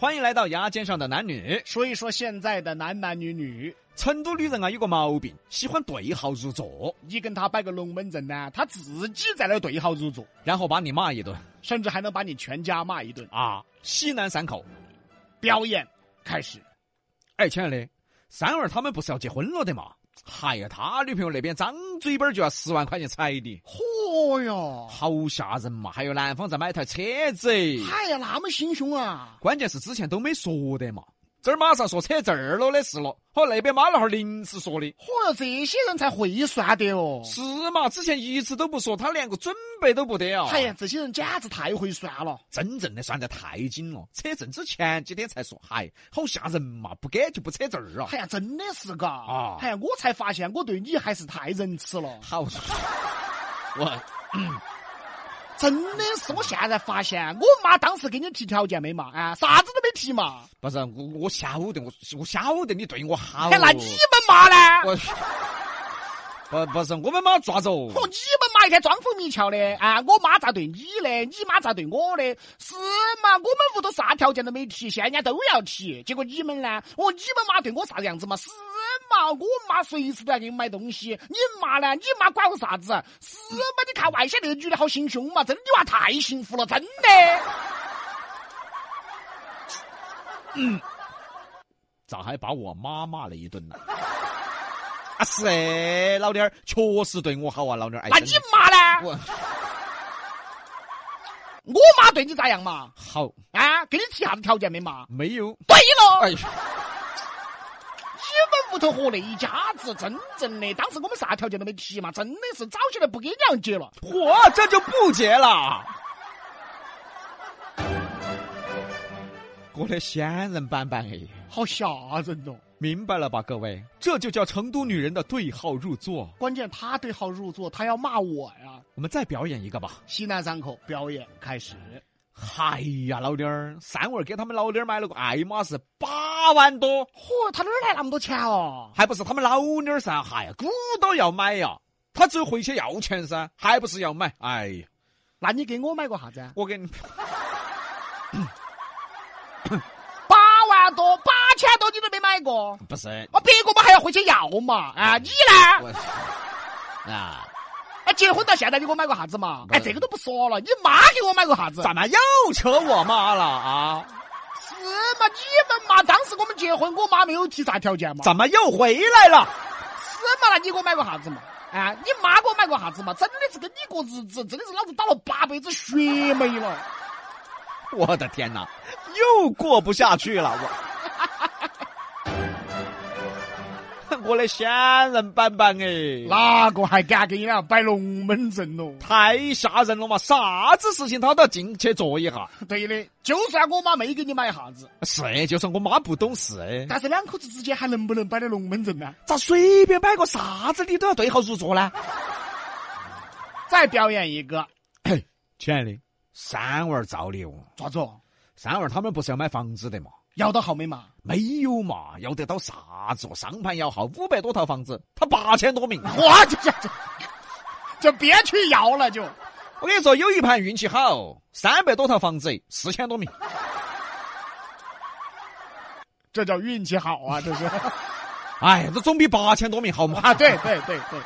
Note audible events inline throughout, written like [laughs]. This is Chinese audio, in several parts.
欢迎来到牙尖上的男女。说一说现在的男男女女。成都女人啊，有个毛病，喜欢对号入座，你跟他摆个龙门阵呢，他自己在那儿对号入座，然后把你骂一顿甚至还能把你全家骂一顿。啊。西南三口，表演开始，哎，亲爱的，三儿他们不是要结婚了的嘛？嗨呀，他女朋友那边张嘴巴儿就要十万块钱彩礼，嚯哟，好吓人嘛！还有男方再买台车子，哎呀，那么心胸啊！关键是之前都没说的嘛。这儿马上说扯这儿了的事了，和那边妈老汉儿临时说的，嚯哟，这些人才会算的哦。是嘛？之前一次都不说，他连个准备都不得啊！哎呀，这些人简直太会算了。真正的算得太紧了，扯证之前几天才说，嗨，好吓人嘛，不给就不扯这儿啊哎。呀，真的是嘎！啊哎呀，我才发现我对你还是太仁慈了。好，我真的是，我现在发现，我妈当时给你提条件没嘛？啊，啥子都没提嘛。不是啊我，我晓得，我我晓得你对我好。哎，那你们妈呢？我不不是我们妈抓走，哦，你们妈一天装疯迷窍的啊！我妈咋对你的，你妈咋对我的？是嘛？我们屋头啥条件都没提，现在人家都要提，结果你们呢？哦，你们妈对我啥样子嘛？是嘛？我妈随时都要给你买东西，你妈呢？你妈管我啥子？是嘛？你看外乡那个女的好心胸嘛，真的娃太幸福了，真的。咋还把我妈骂了一顿呢？ [laughs] 啊是哎，老弟儿确实对我好啊，老弟儿。哎，那真你的妈呢？我我妈对你咋样嘛？好啊，给你提啥子条件没嘛？没有？对了，哎你，们屋头和那一家子，真正的，当时我们啥条件都没提嘛，真的是早晓得不跟娘结了。我这就不结了。我的仙人板板哎，好吓人哦！明白了吧，各位？这就叫成都女人的对号入座。关键他对号入座，他要骂我呀。我们再表演一个吧。西南三口表演开始，嗨呀，老弟儿，三娃儿给他们老爹儿买了个哎爱马仕，八万多，嚯，他哪儿来那么多钱哦？还不是他们老爹儿噻？嗨呀，鼓捣要买呀，他只有回去要钱噻，还不是要买？哎呀，那你给我买个啥子啊？我给你， [laughs] 八万多，八千多你都没买过，不是我别个我还要回去要嘛？啊，你呢？我啊，啊，结婚到现在你给我买个啥子嘛？不哎，这个都不说了，你妈给我买个啥子？咱们又扯我妈了啊？是嘛？你们嘛，当时我们结婚，我妈没有提啥条件嘛？怎么又回来了？是嘛？那你给我买个啥子嘛？啊，你妈给我买个啥子嘛？真的是跟你过日子，真的是老子打了八辈子血霉了。我的天哪，又过不下去了 [laughs] 我。我的仙人板板哎，哪个还敢给你俩摆龙门阵喽？太吓人了嘛！啥子事情他都要进去做一下。 [laughs] 对的，就算我妈没给你买啥子，是，就算我妈不懂事，哎但是两口子之间还能不能摆得龙门阵呢？咋随便摆个啥子你都要对号入座呢？再表演一个，亲爱的，三娃儿造的哦，抓住，三娃儿他们不是要买房子的嘛？要到好没嘛？没有嘛，要得到啥子哦？上盘要好五百多套房子，他八千多名。我就这这，就别去要了就。我跟你说，有一盘运气好，三百多套房子，四千多名。这叫运气好啊，这是哎，这总比八千多名好嘛。啊，对对对对，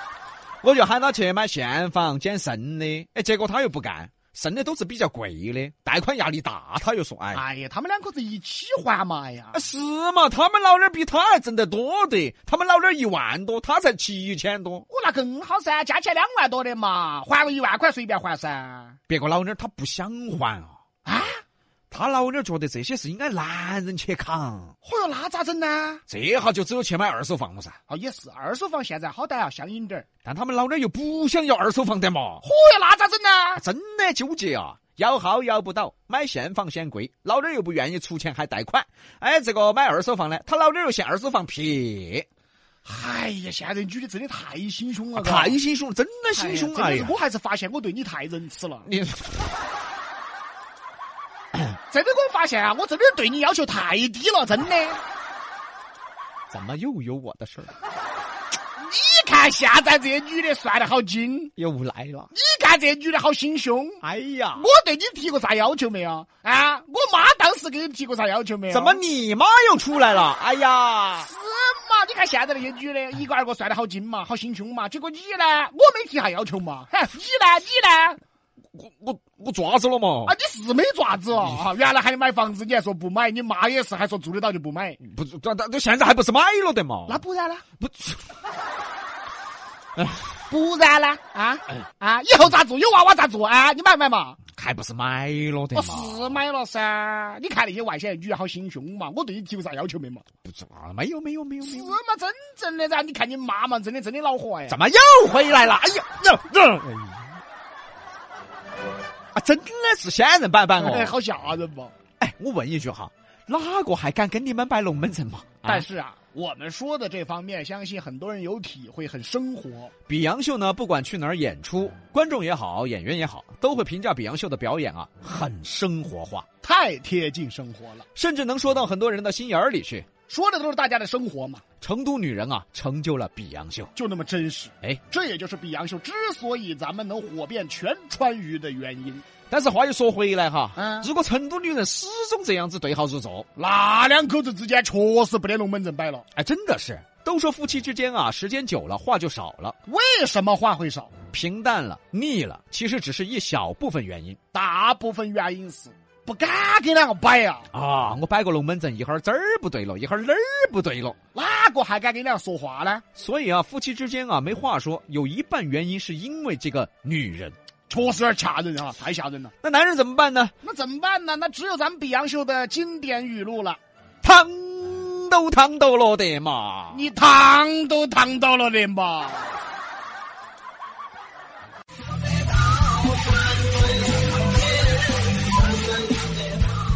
我就喊他去买现房捡剩的，哎，结果他又不干，剩的都是比较贵的，贷款压力大，他又说，哎，哎呀，他们两口子一起还嘛呀啊，是嘛？他们老点儿比他还挣得多的，他们老点儿一万多，他才七千多。我那更好噻，加起来两万多的嘛，还个一万块随便啊还噻。别个老点儿他不想还啊，啊，他老点儿觉得这些事应该男人去扛，嚯哟，那咋整呢？这下就只有去买二手房了噻。哦，也是，二手房现在好歹要相应点儿。但他们老点儿又不想要二手房的嘛，嚯哟，那咋整呢？真的纠结啊！摇号摇不倒，买现房嫌贵，老爹又不愿意出钱还贷款。哎，这个买二手房呢，他老爹又嫌二手房撇，哎呀，现在女的真的太心胸了，啊太心胸，真的哎心呀胸真哎的是呀！我还是发现我对你太仁慈了。你 [laughs] 真的，我发现啊，我真的对你要求太低了，真的。怎么又有我的事儿？你看现在这些女的算得好精，你又来了！看这些女的好心胸。哎呀，我对你提过啥要求没有？啊，我妈当时给你提过啥要求没有？怎么你妈又出来了？哎呀，是嘛？你看现在那些女的，一个二个算得好精嘛，好心胸嘛。结果你呢，我没提下要求嘛。哼，你呢？你呢？我我我爪子了嘛啊，？你是没爪子哦！啊，原来喊你买房子，你还说不买，你妈也是还说住得到就不买，不是，但但但现在还不是买了的嘛？那不然呢？不，不然呢？啊啊！以后咋做？有娃娃咋做啊？你买不买嘛？还不是买了的我嘛？是买了噻。你看那些外县女好心胸嘛，我对你提过啥要求没嘛？不是啊，没有没有没有没是有，嘛？真正的噻，你看你妈嘛，真的真的恼火哎。怎么又回来了？哎呀，那那，哎呀啊，真的是仙人板板哎，哦！好吓人嘛！哎，我问一句哈，哪个还敢跟你们摆龙门阵嘛？啊但是啊，我们说的这方面，相信很多人有体会，很生活。比洋秀呢，不管去哪儿演出，观众也好，演员也好，都会评价比洋秀的表演啊，很生活化，太贴近生活了，甚至能说到很多人的心眼儿里去。说的都是大家的生活嘛，成都女人啊，成就了比洋秀。就那么真实。哎，这也就是比洋秀之所以咱们能火遍全川渝的原因。但是话又说回来哈，嗯如果成都女人始终这样子对号入座，那两口子之间确实不得龙门阵摆了。哎，真的是，都说夫妻之间啊，时间久了话就少了，为什么话会少？平淡了，腻了，其实只是一小部分原因大部分原因是不敢给两个摆呀、啊。我摆个龙门阵，一会儿这儿不对了，一会儿那儿不对了。哪个还敢跟两个说话呢？所以啊，夫妻之间啊没话说，有一半原因是因为这个女人。确实有点吓人啊，太吓人了。那男人怎么办呢？那怎么办呢？那只有咱们比洋秀的经典语录了。烫都烫到了的嘛。你烫都烫到了的嘛！